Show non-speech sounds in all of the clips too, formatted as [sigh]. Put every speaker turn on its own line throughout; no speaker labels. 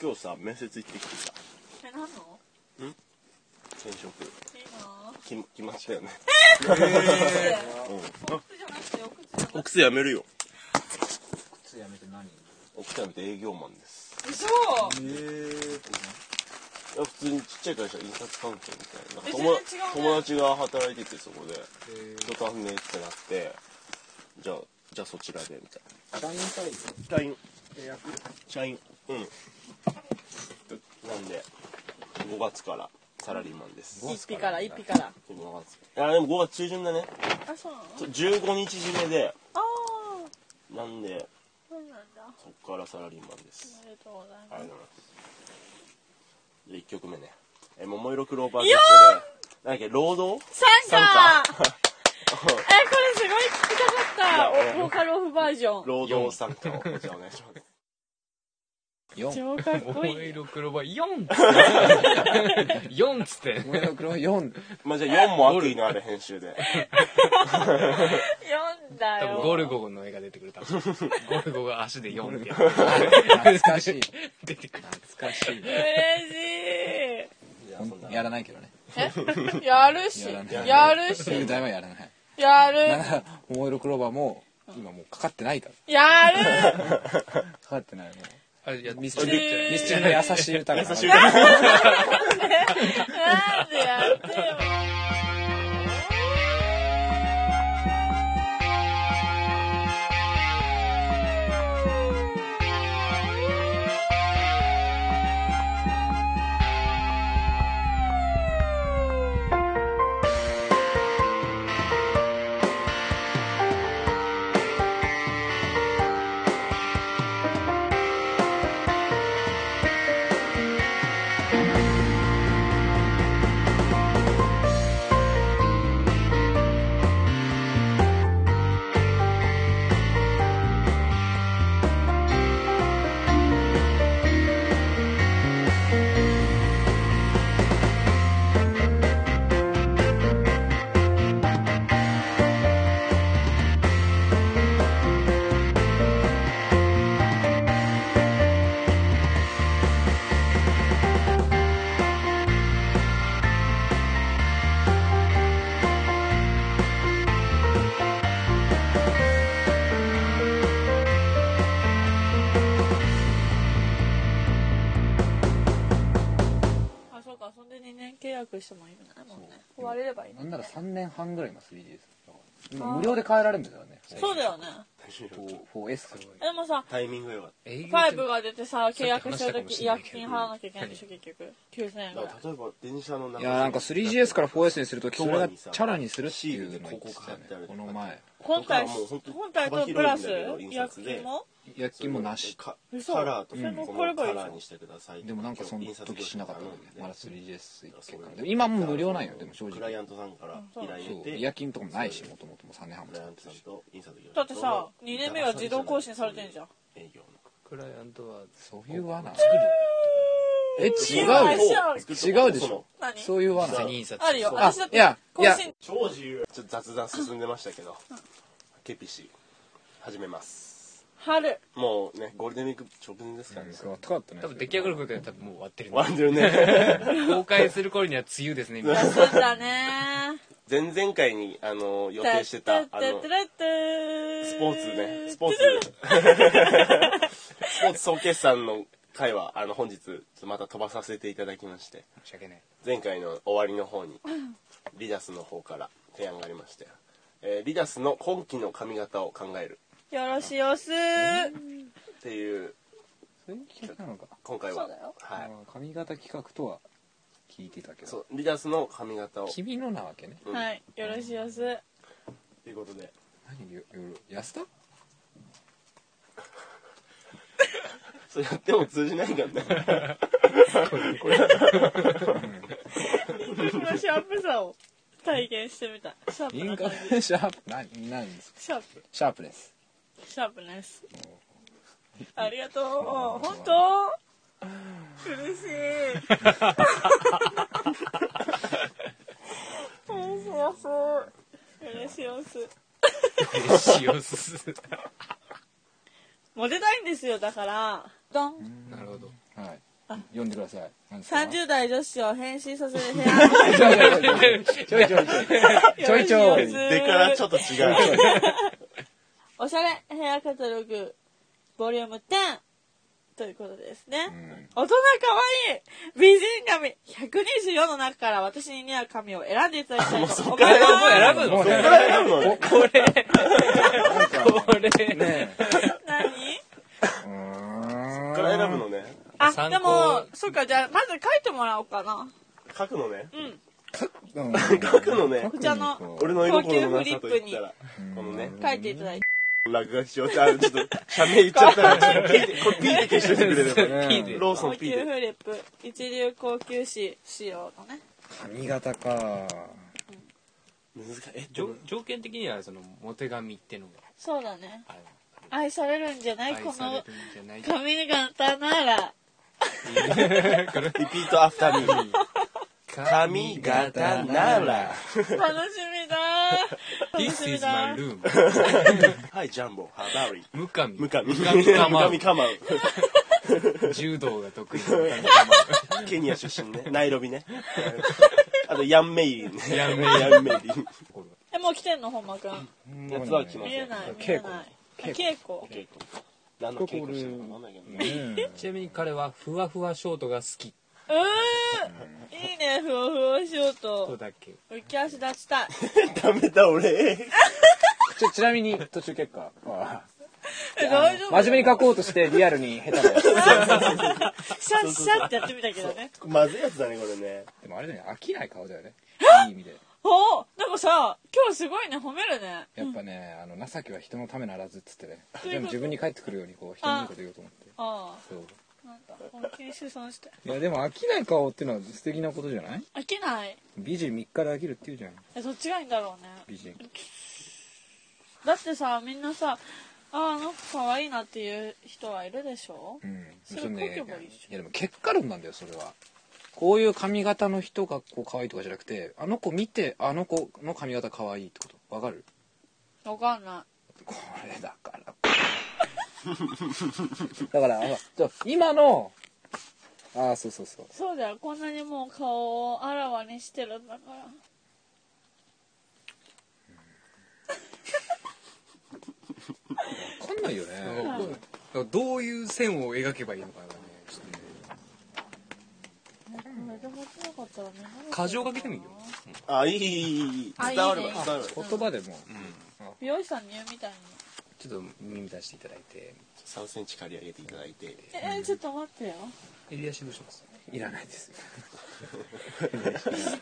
今日さ面接行ってきてさ
え、なんの
転職
いいなぁ。
き来ましたよね
お靴じゃなくて、お靴じゃなくて。
[laughs] お靴辞めるよ
靴やめて何
お靴辞めて営業マンです
嘘
いや普通にちっちゃい会社印刷関係みたいななんか
え
友達
全然違うね
友達が働いててそこで
え
人と案内ってなってじゃあじゃあそちらでみたい
ー、団員サイズ
な社員
契約
社員うんなんで5月からサラリーマンです
一匹から、一匹から。
5月あでも5月中旬だね
あ、そうなの
15日締めで
あ
なんで
ー、そうなんだ。
そこからサラリーマンです
おめでとうござい
あ
ま
りが
す
とうございます。1曲目ね。え、桃色クローバー Z で、なんだっけ、労働。
参
参
加え、これすごい聞きたか
いや
った。おボーカルオフバージョン。
労働参加を、こちらお願いします。
4
超かっこ
桃
いい。
色黒は4つって4
[laughs]
つって
桃色黒4
まあ、じゃあ4も悪意のある編集で。
読んだ
多分
よ。
ゴルゴの絵が出てく
[laughs]
る多分ゴルゴが足で4って
懐かしい
出てくる
懐かしい
嬉し
じゃあ、そんな。
やらないけどね
い。やるし。
やらない
やるし。
雄大はやらない
や
だ
る。
から桃色クローバーも今もうかかってないから
やる。
かかってないも
あいや
うミス
あ
チル
出て
ミスチルの優しい歌が優しい
なんでやってよ。あ、そうか、そんで2年契約しても意味ないもんね。割れればいい
な
の
んな
ね
ら。3年半ぐらい今 3D です今無料で変えられるんだよね
そうだよね。
4 4S か
でもさ、
タイミングが良かっ
営業って
5が出てさ、契約した時、違約金払わなきゃいけないでしょ、結局。9000円
た。
ぐ
だか。
らい
ら例えば、電車の中
いやなんか 3GS から 4S にするときそれがチャラにするっていうのを
シールで
言っ
広
て
告貼
たよ
っ
ね
てある
この前
本
僕
体、
らもう本当に
本体とプラス、
幅広いん
違
だけど印刷
約
で
金も
焼きもなし
カ
嘘
カラーと
うん
か、このカラーにしてください。
でもなんかその時しなかったんだ
ん
よねまだ 3GS 行けから
そう
でも今も無料なんよでも正
クライ
直
アントさんから依頼
そ
入
う
れ
違
て、
約金とかもないしもともとも3年半も
クライアントさんと印刷業者
だってさ、2年目は自動更新されてんじゃん。
営業の。
クライアントは
そういう罠え
違
違う
う
よ違うでしょ
何
そういう罠
ディズニー印刷
あるよ。
あ
私だっ
い
て、
やい
更
や
新。
超自由ちょっと雑談進んでましたけど、ケピシ始めます
春。
もうねゴールデンウィーク直前ですからね、
すごい暖かかったね
多分出来上がることは多分もう終わってるん
ワンデルね
で公開する頃には梅雨です
[laughs]
ねみたいな
休んだね。
前々回にあの予定してたあのスポーツねスポーツスポーツ総決算の回はあの本日ちょっとまた飛ばさせていただきまして
申し訳ない
前回の終わりの方にリダスの方から提案がありまして、えーリダスの今期の髪型を考える
よろしおす。
っていう
そういう企画なのか
今回は
そうだよ
はい
あ、の髪型企画とは聞いてたけ
そ
ど
うリダスの髪型を
君のなわけね
はい。よろしおす。
ということで
何よよろ安田
それやっても通じないん [laughs] だね
のシャープさを体験してみた。シャー
イ
プな
ン
感
カ
じ。
レシャープ何何ですか
シャープ。
シャープです
シャープです。ありがとう。本当苦しい。嬉しよす。嬉しよす。
塩すす
モテたいんですよ、だから。ドン。
なるほど
はい読んでください。何ですか
30代女子を変身させるヘア
ちょいちょいちょい [laughs] ちょいちょいちょいちょいちょい。
でからちょっと違う。
おしゃれヘアカタログボリューム10ということですね、大人かわいい美人髪124の中から私に似合う髪を選んでいただきたいと思いま
もうそっ
選
す
ぶ
も
の
う
こ
そ
[laughs]
こら選ぶのね。
[laughs] れ、
ね
何
う
こ
ー
こ
ん
から選ぶのね。
あ
参考
でもそっかじゃあまず書いてもらおうかな
書くのね。
うん
書くのね
こ。ちらの
俺の居心のなさと言ったら、このね、
書いていただいて
落書きしようって、あ、ちょっと、社名言っちゃったから、ちょっとピーで、これピーで消しといてくれれば。
いいで
ローソ
高
ン
級
P で。
フリップ一流高級紙仕様のね
髪型か
難しい。え、
条条件的にはそのモテ髪ってのが
そうだね
あれ
愛されるんじゃないこ
愛され
の
てるんじゃ
[laughs]
ないか
髪型なら
リピートアフターミー。髪
髪
型なら。
楽しみだー楽
This
しみ
is
だ
my
ー
room
はい、ジャンボ、ハバリ。
ムカミ
ムカミ。ム
カマ
カミカマウ。
柔道が得意
[laughs] ケニア出身ね。ナイロビね。あと、ヤンメイリンね。
ヤンメイリン
ヤンメイリン。
えもう来てんの本間くん
やつは来ま
見
せ
え
ん。
ない見え
稽古
ないあ稽古
稽古。何の稽古してるのかわかんないけどね。
ちなみに彼はふわふわショートが好き
うーんいいねふわふわショー
と
ト
だけ
浮き足立ちたい
ダメだ俺。
ちょちなみに途中結果は
え [laughs] 大丈夫
真面目に書こうとしてリアルに下手だよ
シャッシャッってやってみたけどね
まずいやつだね、これね。
でもあれだね飽きない顔だよねいい意味で
おーなんかさ今日すごいね褒めるね
やっぱねあの情けは人のためならずっつってね
ういうこと
でも自分に返ってくるようにこう人にいいこと言おうと思って
あ
そう
あなんか本気に出産した
いやでも飽きない顔ってのは素敵なことじゃない
飽きない
美人3日で飽きるって言うじゃん
えどっちがいいんだろうね
美人
だってさみんなさあーあの子可愛いなっていう人はいるでしょ
うん
それ
れね
書けばいいじゃん
いやでも結果論なんだよそれはこういう髪型の人がこう可愛いとかじゃなくてあの子見てあの子の髪型可愛いってことわかる
わかんな
これだ
[laughs]
からだからあじゃあ今のああそうそうそう
いそうだよこんなにもう顔をあらわにしてるんだから
わかんないよね
どういう線を描けばいいのかがねちょっとね
これで持ってなかったらみんなで
過剰かけてもいいよ
あ、いい、いい、いい。
あ
伝われば、
いいね
伝われば。
言葉でも
美容師さんに言うみたいに
ちょっと耳出していただいて
3センチ刈り上げていただいて。
えー、ちょっと待ってよ
襟足どうします
いらないです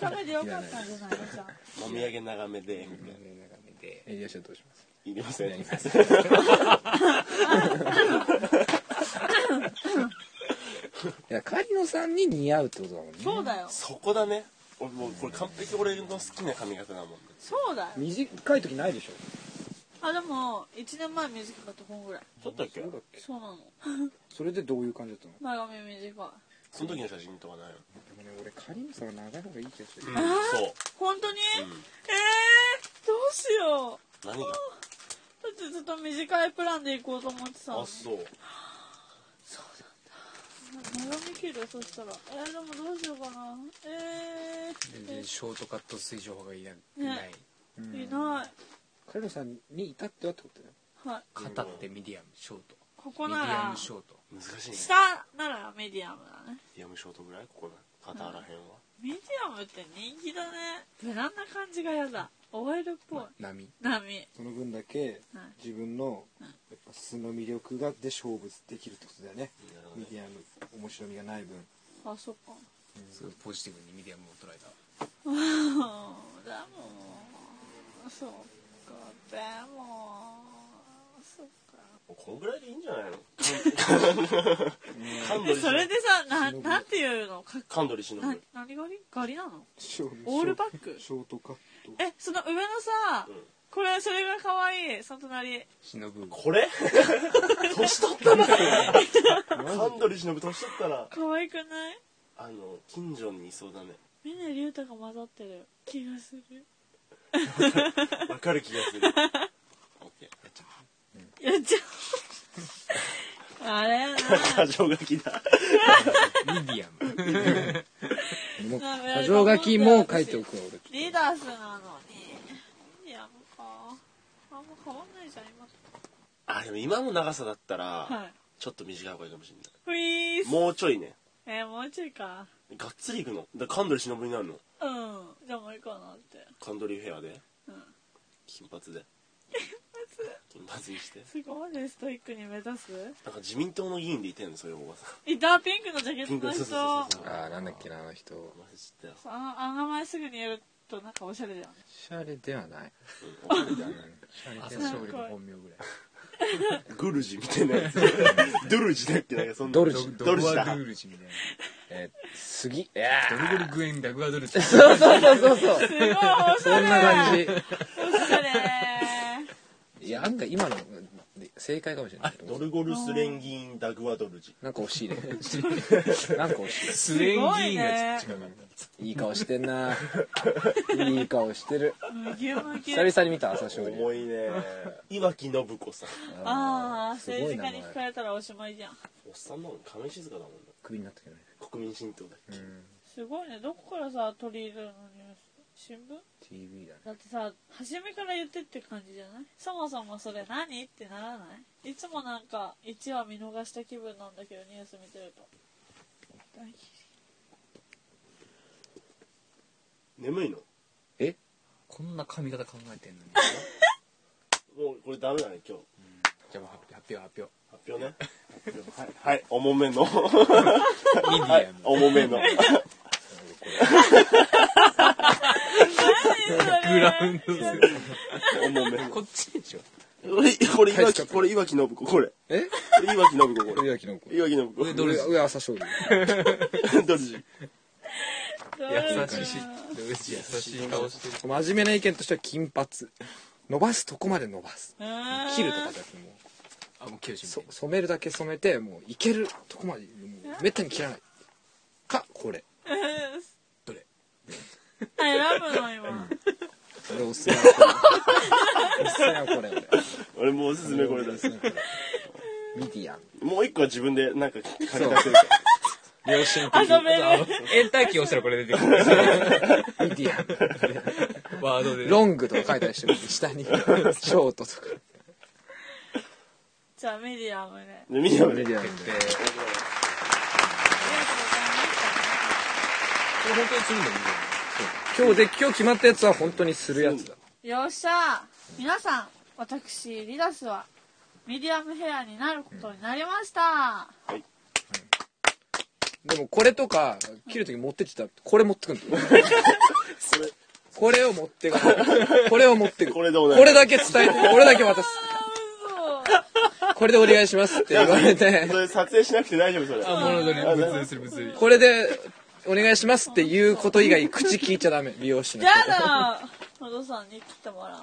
短めでよかったんじゃないのじゃあ
もみあげ長めで、みたいな。
長めで
えよしどうします
いりません。
やりますいや狩野さんに似合うってことだもんね
そうだよ
そこだね。俺もうこれ完璧俺の好きな髪型だもんね。
そうだよ
短い時ないでしょ
あでも1年前短かったこんぐらい
撮ったっけ
そうなの
それでどういう感じだったの
前髪短い
その時の写真とかないの
でもね俺狩野さんは長い方がいい気がする
うん、そう。
本当に、
ん
えー、どうしよう
何が
だってずっと短いプランで行こうと思ってたの
あ、そう。
長め切るそしたらえー、でもどうしようかなえ
全
ー、
然ショートカット水上派がいない
ねいない
狩野さんに至ってはってことだよ
はい
肩ってミディアムショート
ここ
ミデ
な
ィア
ら
ムショート
難しいね。
下ならメディアムだね
ヤムショートぐらいここな。肩あらへんは。
メディアムって人気だねベランな感じがやだオイルっぽい
波
波
その分だけ
はい
自分のやっぱ素の魅力がで勝負できるってことだよねミディアム面白みがない分
あそっか
すごいポジティブにミディアムを捉えた
うん [laughs] でもそっかでもそっか
もうこんぐらいでいいんじゃないの
えそれでさななんていうのか
カンドリシノ
な
ブ。
何狩り狩りなの
ショー
オールバック
ショートカット
えその上のさ、これそれが可愛いその隣
忍ぶ
これ年取ったな。カンドリシノブ年取ったな。
可愛くない
あの、近所にいそうだね。
みんな竜太が混ざってる気がする
わかる気がする。オッケー
やっちゃうあれやな。
箇条書きだ
ミディアム。
もう
なんかやり
箇
たい
条書きも書いておくわ俺
リーダースなのに。いや、もうか。あんま変わんないじゃん、今と。
[laughs] あでも今の長さだったら
はい。
ちょっと短い方がいいかもしれな
ふいー
いもうちょいね
えーもうちょいか。
がっつりいくのだからカンドリ忍になるの
うん。じゃあもういいかなって。
カンドリーフェアで
うん。
金髪で金髪にして
すごいね、ストイックに目指す。
なんか自民党の議員でいたよねそういうおばさん
いた、ピンクのジャケットの
そうそ
人。
うそうそう
ああなんだっけなあの人お
忘れちゃったよ
ああ名前すぐに言えるとなんかおしゃれだよね。
しゃれではない
朝勝利の本名ぐ
グルジみたいなやつドゥルジだっけなんかそんな
ドル
らい
ジ。
ド
ドル
ドル
ジ
ア
だ
ドゥルジみたい
えー杉いや
な。ドルゴルグエンダグアドルジ。
ーそうそうそうそうそう
すごい、おしゃ
[laughs]
れ。
そんな感
[laughs] お
じ
しゃれ。
いやなんか今の正解かもしれない
ドルゴルスレンギンダグアドルジ
なんか惜しいねなんか惜し
ス [laughs] レンギーンがちょっと違う。
いいい顔してん [laughs] ないい顔してる
ムギュムギ
久
ュ。
々に見た朝勝利
重いね岩木信子さん
ああ、
すご
政治
いな
家に聞かれたらおしまいじゃん。
おっさんなのに亀静かだもんね
クビになったけどね
国民新党だっけ
すごいね。どこからさ、取り入れるのニュース新聞
TV だね
だってさ、初めから言ってって感じじゃないそもそもそれ何ってならないいつもなんか、1話見逃した気分なんだけど、ニュース見てる
[laughs]
と。大
眠いの
え
こんな髪型考えてんのに。
もうこれダメだね今日
じゃあもう発表発表
発表ね発表はい、はい、重めの
発表。ミデ
は
ィア
い
ム。
重めの
グラウンドですよ
重めの
こっちでしょ。
これこれ岩木これ岩木信子これ
え
これ岩木信子これ
上木の子
岩木信子
上
上上朝勝
[laughs]
利
ドルジ
優
優
しい。ドルジ優しい顔してる。
真面目な意見としては金髪伸ばすとこまで伸ばす切るとかじゃなくてもう
あもう九州みた
そ
いな。
染めるだけ染めてもういけるとこまでもうめったに切らないかこれ
どれ。
[laughs] あ選ぶの今
俺おすすめはこれおすすめはこれ俺
俺もうおすすめこれだ
おすすめこれミディアン
もう一個は自分でなんか借り出せるか
良心的
遊べる
エンターキー押したらこれ出てくる。
ミディ
ワード
ア
で。
ンロングとか書いたりしてる下にショートとか
じゃあメディアムね
で見ても
ミ
ね
ディア
ありが
ン
で
とうございました
これ本当にするんだよね。
今日で今日決まったやつは本当にするやつだ
よっしゃ皆さん私リダスはミディアムヘアになることになりました、
でもこれとか切る時持ってってたらこれ持ってくんのこれを持ってくこれを持ってく
これでお願い
これだけ伝えてこれだけ渡すこれでお願いしますって言われて
それ撮影しなくて大丈夫それ
あ、物取り、物取りする、物取り。
これでお願いしますっていうこと以外口聞いちゃダメ美容師の
じゃ
人
あだお父さんに切ってもらう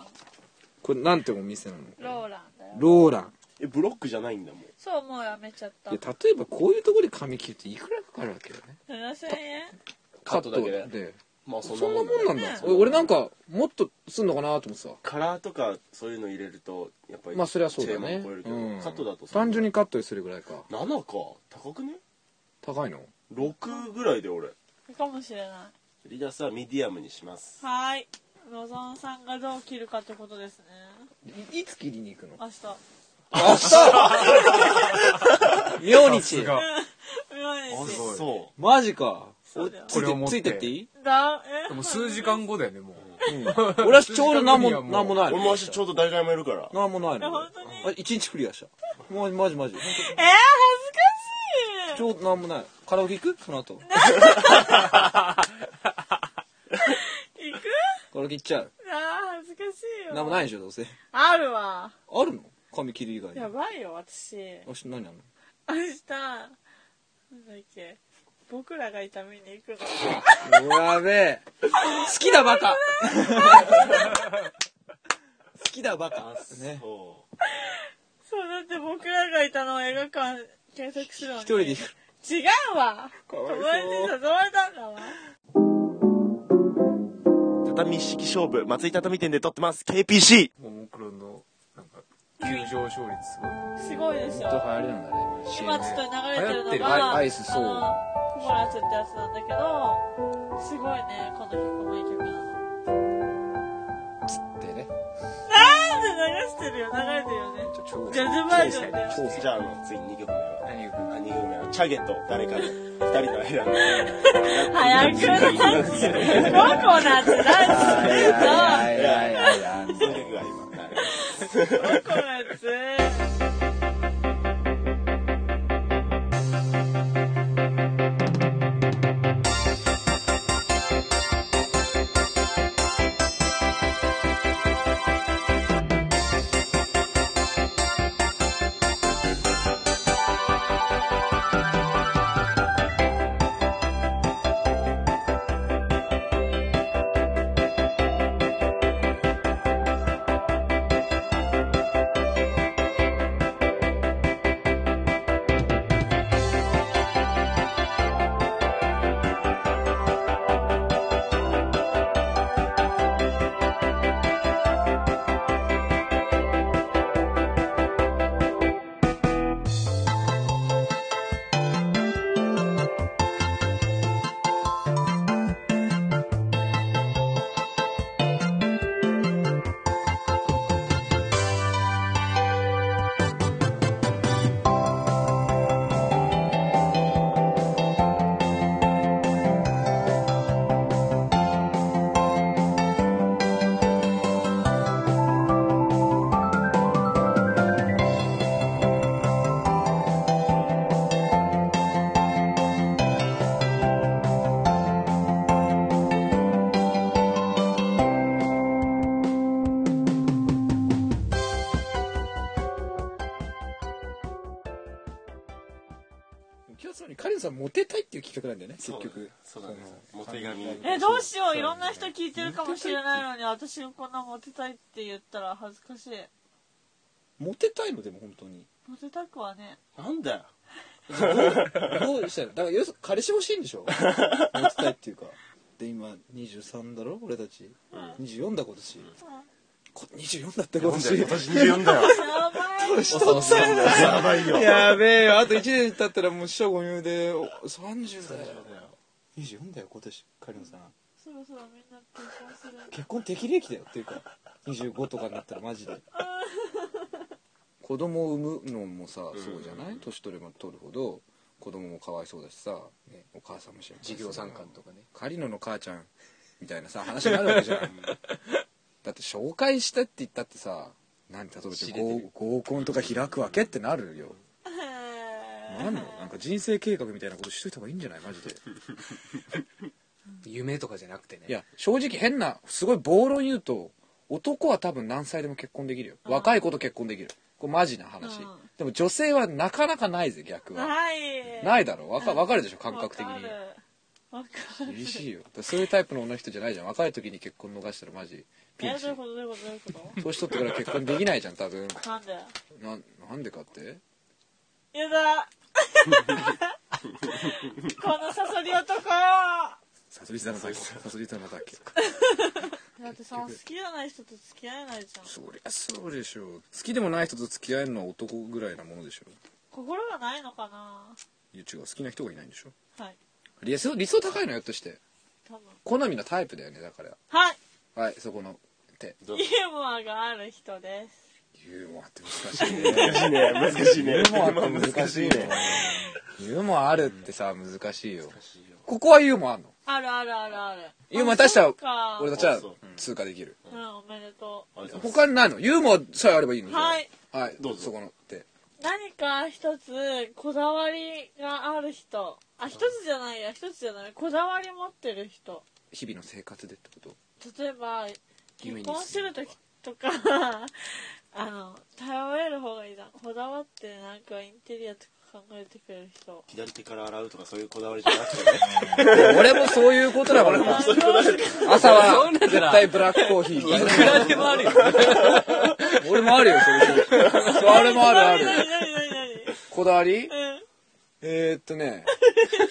これなんてお店なの
ローランだよ
ローラン
えブロックじゃないんだもん
そうもうやめちゃった
いや例えばこういうところで髪切るっていくらかかるわけだね
7000円
カットだけ
カッ
で
トで
まあそん
そ
なんも
なん
だ
もんなんだ俺俺なんかもっとすんのかなと思ってさ
カラーとかそういうの入れるとやっぱり
まあそれはそうだ
チェー
ね
ンも超えるけ
うん
どカットだと
単純
に
にカットにするぐらいか
7か高くね
高いの
6ぐらいで俺
かもしれな
リダスはミディアムにします
いはいロゾンさんがどう切るかってことですね
いいつ切りに行くの
明日
明日
が、
妙
あ
にし
そ
マジか
そうだよ
つい
これを持
て
っ
つ
て
いてっていい、
だえ
もう数時間後だよね、も
俺はちょうど何も
いやもう
なんも
う
ない
俺
の
も明日ちょうど大会もやるから
何もないの
本当に
あ一日クリアしたマジマジマジ
えー、恥ずかしい
ちょうど何もないカラオケ行くその後
行く
カラオケ行っちゃう
あー恥ずかしいよ
何もないでしょどうせ
あるわ
あるの髪切り以外に
やばいよ私明
あし何あんの
日なんだっけ僕らがいた見に行くの
うわべえ好きだバカ好きだバカね
そう
そうだって僕らがいたのを映画館検索するのに
一人で行く
違うわ友達に誘われたんだわ
畳一式勝負松井畳店で撮ってます KPC
う。ももクロの、なんか、急上昇率すごい。
すごいでし
本当
ょ
流行りなんだね
今ちょっと流れてる
流行って
の
る
が
アイアイスそう
あのヒモラツってやつなんだけどすごいねこの曲もいい曲なのなん
でね
で流してるよ流れてるよね
ちょ超
ジャズバージョンだよ
超
じゃああの次2曲目は
何
あ2曲目はチャゲと誰かの2人の間の
早くランチココナッツランチそう
いやいやいやその曲が [laughs] 今
ココナッツ
今日つまりカレンさんモテたいっていう企画なんだよね結局
そうなんですよモテ髪
えどうしよういろんな人聞いてるかもしれないのに私にこんなモテたいって言ったら恥ずかしい
モテたいのでも本当に
モテたくはね
なんだよ
どうしたらだから要するに彼氏欲しいんでしょモテたいっていうかで今23だろ俺たち、24だ今年、こ24だって今年
私24だよ
やばい
年取ったよ
やばいよ
やべえよあと1年経ったらもう死者五入でお30だよ24だよ今年カリンさん
そろそろみんな結婚する
結婚適齢期だよっていうか25とかになったらマジで子供を産むのもさそうじゃない年取れば取るほど子供もかわいそうだしさ、ね、お母さんも心配
授業参観と
か
かね
カリノの母ちゃんみたいなさ話になるわけじゃんだって紹介したって言ったってさ何例えばじゃ
知
あ
れて
合
る
合コンとか開くわけってなるよ、なんのなんか人生計画みたいなことしといた方がいいんじゃないマジで
夢とかじゃなくてね
いや正直変なすごい暴論言うと男は多分何歳でも結婚できるよ若い子と結婚できるこれマジな話
うん
でも女性はなかなかないぜ逆は
ない
ないいだろわかわかるでしょ感覚的
わか
に
るわかる
厳しいよだからそういうタイプの女の人じゃないじゃん若い時に結婚逃したらマジピン
え
チ
どういうことどういうことどういうこ
年取ってから結婚できないじゃん多分
となんで
ななんでかって
や
[laughs]
だこのサソリ男
サソリ座のだっけサソリ座のだっけ
だってその好きじゃない人と付き合えないじゃん
そりゃそうでしょう好きでもない人と付き合えるのは男ぐらいなものでしょ
心がないのかない
や違う好きな人がいないんでしょ
はい
理想理想高いのよとして
多分
好みのタイプだよねだから
はい
はいそこの手
ユーモアがある人です
ユーモアって難しいね
難しいね
ユーモアって難しいねユーモアあるってさ難しいよここはユーモアあんの
あるあるあるある
ユーモア出した
あそうから
俺たちは
そう
通過できる
うんおめでとう
他にないのユーモアさえあればいいの
はい
はい
どうぞ
そこの手
何か一つこだわりがある人あ一つじゃないや一つじゃないこだわり持ってる人
日々の生活でってこと
例えば
夢
結
に
婚する時とか [laughs] あの頼れる方がいいなこだわってなんかインテリアとか考えてくれる人
左手から洗うとかそういうこだわりじゃなくてね
俺もそういうことだから
あそう
朝は
そうなんだ
絶対ブラックコーヒー
いくらでもあるよ
俺もあるよそれそれあれもあるある
何何何何
こだわ
何
り
うん
えー、っとね。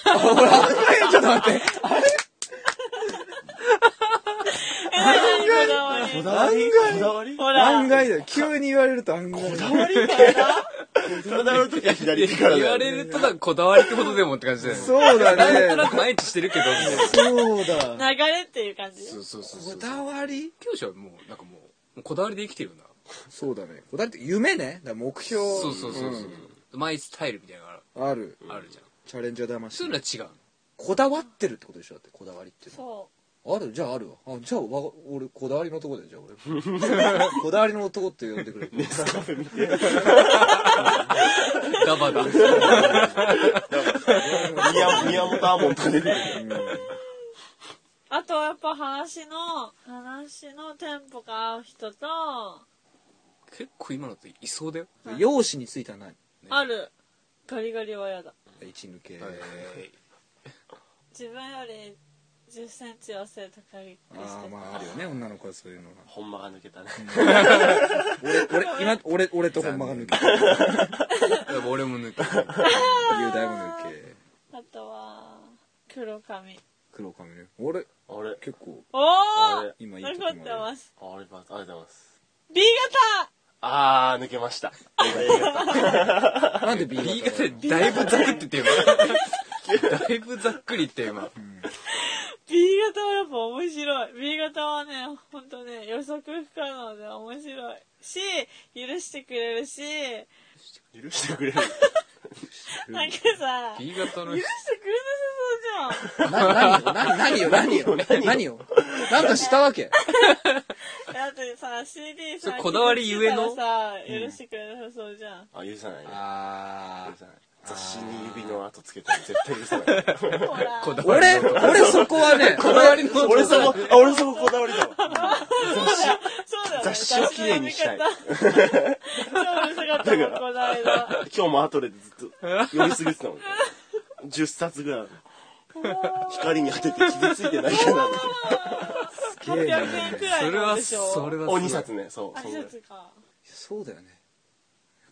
あ、ほら、あれちょっと待って。
え何何こだわり
[laughs] こだわりこだわり
ほら
案外だよ。急に言われると案外。
こだわりだよな
体洗う時は左いいから
言わ
ね
れるとだこだわりってことでもって感じだよね
そう
なんと
だ
な
ね
く毎日してるけどみたいな
そうだ
流れっていう感じ
そうそうそうそう
こだわり
教師はもうなんかもうもうこだわりで生きてるよな
そうだねこだわりって夢ねだから目標
そうそうそうそう、マイスタイルみたいなのが
うんある
あるじゃん、
チャレンジャー
そう
魂
いうのは違うの
こだわってるってことでしょだってこだわりっていうのは
そ
あるじゃああるわあじゃあわ俺こだわりの男だよじゃあ俺こだわりの男って呼んでくれる
ガバだ
宮宮本アーモンド出てくる
うあとはやっぱ話の話のテンポが合う人と
結構今のっていそうだよ
容姿についてはない
あるガリガリは嫌だ
一抜け、
自分より1 0ンチは背高いくし
ああ
て
まああるよね女の子はそういうのは
ほんまが抜けたね
俺今俺俺と本間が抜けてる
でも俺も抜けて
雄大も抜け
あとは黒髪
黒髪ね俺
あれ
結構
お
あ
お
れ
今いいとこ
残って
ま
ま
です
ありがとうございます
B
あー抜けました
なんで B 型
B 型でだいぶざくって言 [laughs] って今だいぶざっくり言って今、
型 B 型はやっぱ面白い B 型はねほんとね予測不可能で面白いし許してくれるし
許してくれる
なんかさ
B 型の
許して
人
くれなさそうじ
な何よな何よ何よ何よなんかしたわけ
[laughs]
ゃんだってさ CD
そ
さ
れこだわりゆえの
聞いてたらさ許してくれなさそうじゃん、
あ許さないね
あ
許さない雑誌に指の跡つけたら絶対許 [laughs] さない
ほら
こだわり
俺俺そこはね
こだわりの
俺そこあ俺そここだわりだわ
そうだよね
雑誌をきれいにしたい
雑誌の読み方超うるさかったもんこの間
[laughs] 今日も後でずっ
[laughs]
と読みすぎてたもんね10冊ぐらいある光に当てて傷ついてないかなみたい
800円くら
そ
い
れ
なん
は
でしょ
それ
な
は
お2冊ねそう
あ
そん
二
ぐらい
冊か
そうだよね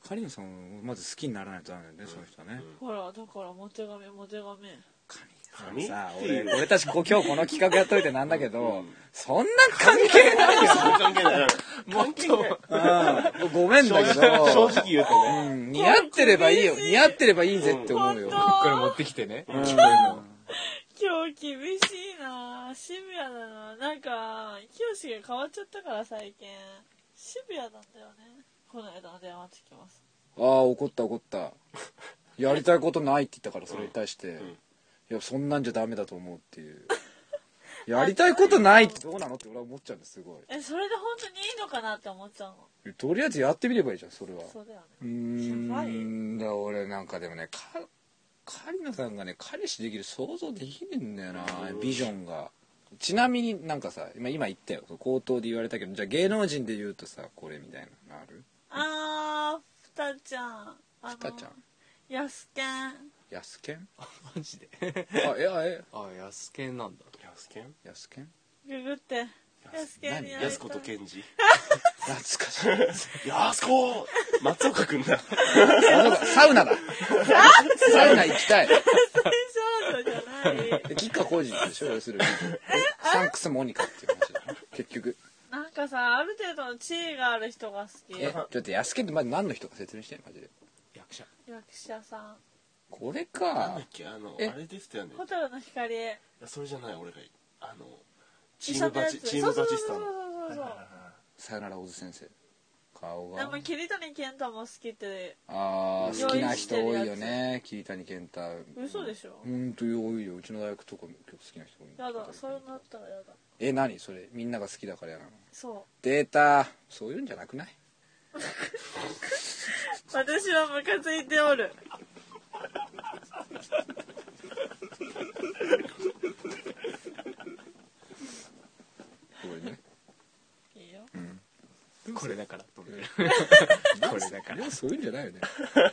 カリンさんをまず好きにならないとダメだよね、その人はね、
ほらだからモテ髪モテ髪
紙
さあ
ってい
俺
う
俺たちこ今日この企画やっといてなんだけど、そんな関係ない
関係ない関係ない
うんごめんだけど
正直言うと
う
ね
ん似合ってればいいよ似合ってればいいぜって思うよ、
本当
これ持ってきてね、
うん
今日厳しいなシビアだななんか清が変わっちゃったから最近シビアなんだよねこの間の電話つきます
ああ怒った怒ったやりたいことないって言ったからそれに対して、いやそんなんじゃダメだと思うっていうやりたいことないってどうなのって俺は思っちゃうんですすごい
えそれで本当にいいのかなって思っちゃうの
とりあえずやってみればいいじゃんそれは
そうだよね
うーんだから俺なんかでもねか狩野さんがね彼氏できる想像できねえんだよなビジョンがちなみになんかさ今今言ったよ口頭で言われたけどじゃあ芸能人で言うとさこれみたいなのある
あーふたちゃんあの
ふたちゃん
やすけん
やすけんあ
マジで
えあえ
あ安健なんだ
安健
やすけん
ググってやすけんに会いたい
安子と健 [laughs] 二
懐かしい
安子松岡君だ
あそうかサウナだサウナ行きたい
少女じゃ
[laughs]
ない
吉川浩司でしょ要するにサンクスモニカっていう話だな結局
なんかさある程度の地位がある人が好き
えちょっと安けってまず何の人か説明してマジで
役者
役者さん
これ
なん
か
だっけあの
え
あれですよね
ホテルの光
いやそれじゃない俺がいいあのチ
医
ー
者
ム
の
バ
や
チ
つ
チームバチスタ
そう
の
そうそうそうそう
さよなら小津先生顔
で
が
も桐谷健太も好きって
あー好きな人多い
用意
よ
してる
ね桐谷健太
嘘でしょ
ほんと多いようちの大学とかも結構好きな人多いん
やだそうなったらやだ
え何それみんなが好きだからやなの
そう
データそういうんじゃなくない
私はムカついておる
これね
いいよ
これだからと思って
これだからでもそういうんじゃないよ [laughs] ね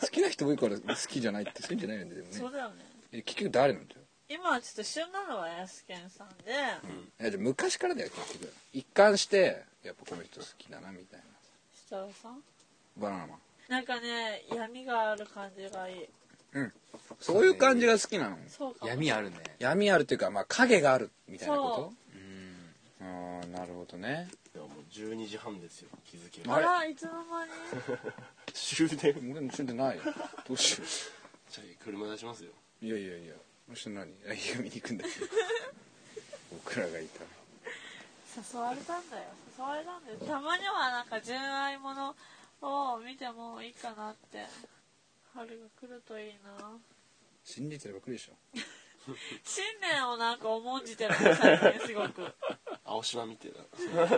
好きな人多いから好きじゃないってそういうんじゃないよねでもね
そうだよね
え結局誰なんだよ
今はちょっと旬なのはやすけんさんで
いやじゃあ昔からだよ結局一貫してやっぱこの人好きだなみたいな
設楽さん
バナナマン
なんかね闇がある感じがいい
そういう感じが好きなの
そうかも
闇あるね
闇あるっていうかまあ影があるみたいな
そ
こ
う
とうーん
あーなるほどね
でももう12時半ですよ気づけ
あ
ば
あれ
ら、いつの間に。
終電
俺も死んでないよどうしよ
じゃあ車出しますよ
ういやいやいや明日何映画見に行くんだ
[laughs]
けど僕らがいたら
誘われたんだよ。誘われたんだよ。たまにはなんか純愛ものを見てもいいかなって。春が来るといいな。
信じてるばっかりでしょ
新年をなんか重んじてるね最近すごく。
青島見 [laughs] て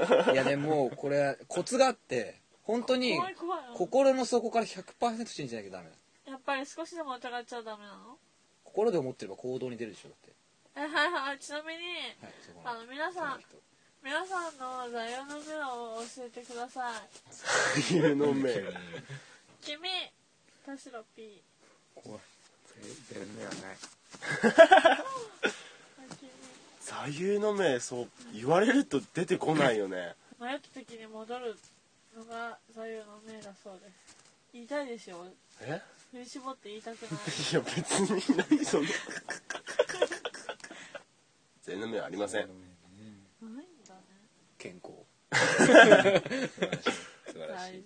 ない
やでもこれコツがあって本当に
怖い怖い。
心の底から100%信じなきゃダメだ
やっぱり少しでも疑っちゃダメなの
心で思ってれば行動に出るでしょだって
え、はいはい。ちなみに、
はいそこ
あの、皆さん、
人
皆さんの座右の銘を教えてください。
家の目
君、田代 P。
怖い全然はない
[laughs] 君
座右の銘そう言われると出てこないよね
迷った時に戻るのが座右の銘だそうです。言いたいでしょ
え
振り絞って言いた [laughs] くない
いや別に何その座右の銘はありません
ないんだね
健康素晴らし
大
い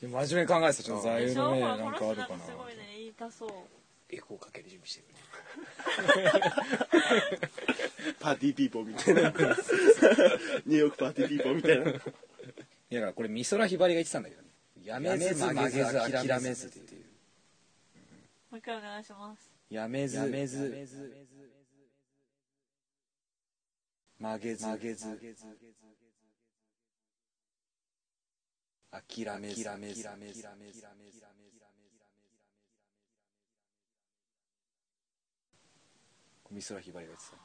事
真面目に考えてたちょっと座
で
右
しょ
の
ほ
銘な
ら
ん
こ
か
の
あ
人
る
な
か
んか
な
すごいね言いたそう
エコーかける準備してるね
パーティーピーポーみたいなニューヨークパーティーピーポーみたいない
やだからこれ美空ひばりが言ってたんだけどねやめず曲げず諦めずっていう
もう一回お願いします
やめずやめず曲げず曲げず諦めず諦めず諦めず諦めず美空ひばりが言ってた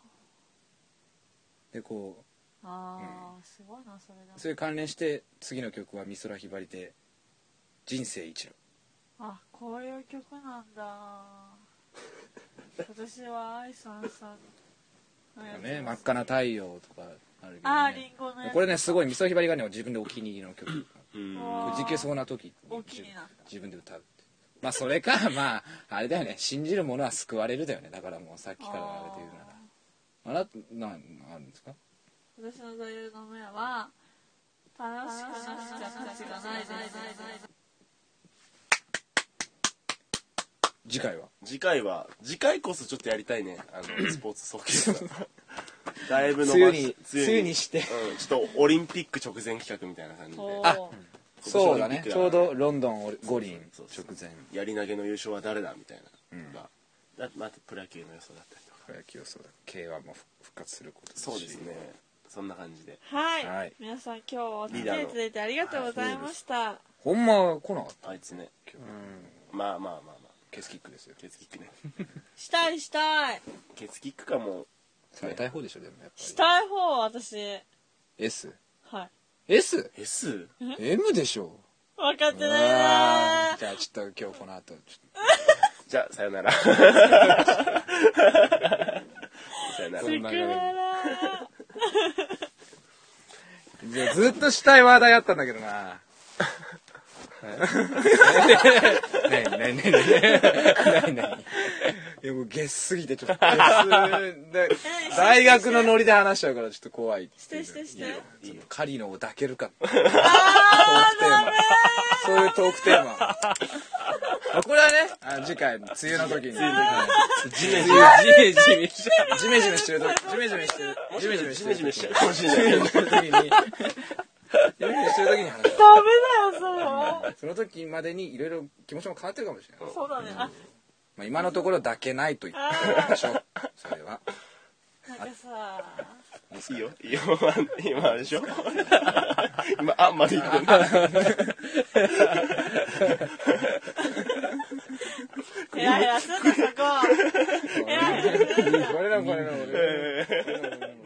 でこう
ああすごいなそれだ
それ関連して次の曲は美空ひばりで「人生一路
あこういう曲なん
[laughs]
だ私は愛さんさん」のやつ
ね「真っ赤な太陽」とかあるけど、ね、
あーリンゴのやつ
これねすごい美空ひばりがね自分でお気に入りの曲
うん
あー
くじけそうな時
お気になった
自分で歌うってまあそれかまああれだよね信じるものは救われるだよねだからもうさっきからあれで言うならあなた何あるんですか
私の座右の銘は楽しくなしか価値がないです
次回は
次回は次回こそちょっとやりたいねあのスポーツ総決算だいぶ伸ばし
梅雨
梅
に梅雨にして
うん、ちょっとオリンピック直前企画みたいな感じで
お
あ
ー
そうだね
今
ち
年のオリンピックだ
ょ
から
うどロンドン五輪
そうそ
直
う
前
やり投げの優勝は誰だみたいなのが、だまたプロ野球の予想だったりとか
プロ野球予想だ K1 も復活することだし
そうですねそんな感じで
はい、
はい
皆さん今日はお付き合いいただいてありがとうございました
ほんま来なかった
あいつね
うん
まあまあまあまあ
ケースキックですよ
ケツキックね
したいしたい
ケツキックかも
されたい方でしょでもやっ
し
ぱ
たい方私
り S
はい
S?
S?
M でしょ
分かって
う
な
わ
い
ーじゃあちょっと今日この後ちょっ
じゃあさよならさよなら
とこの流れで
な
じゃあずっとしたい話題あったんだけどな。ないないないないない。 [laughs] いやもうゲスすぎてちょっとゲスで [laughs] 大学のノリで話しちゃうからちょっと怖いっていう。
してしてして
ちょっとカリのを抱けるかっていう
あ
トークテーマ。そういうトークテー [laughs] マ。あこれはね、あ次回、梅雨の時に。ジメジメ、ジメジメ、ジメジメしてる時、ジメジメしてる、ジメジメしてる時に。
しちゃうかもしれない
ジメジメしてる時に、ジメジメしてる時に話
ーダ
す
メだよそれは
その時までにいろいろ気持ちも変わってるかもしれない。
そうだねあ
まあ、今のところ抱けないと言ってましょう。それは。
なんかさ
いいよ、いいよ、今あれでしょ今、あんまり言ってんだ。
ヘ
[laughs]
ラヘラすんなそこヘラヘラすんな
これだ、これだ、これだ。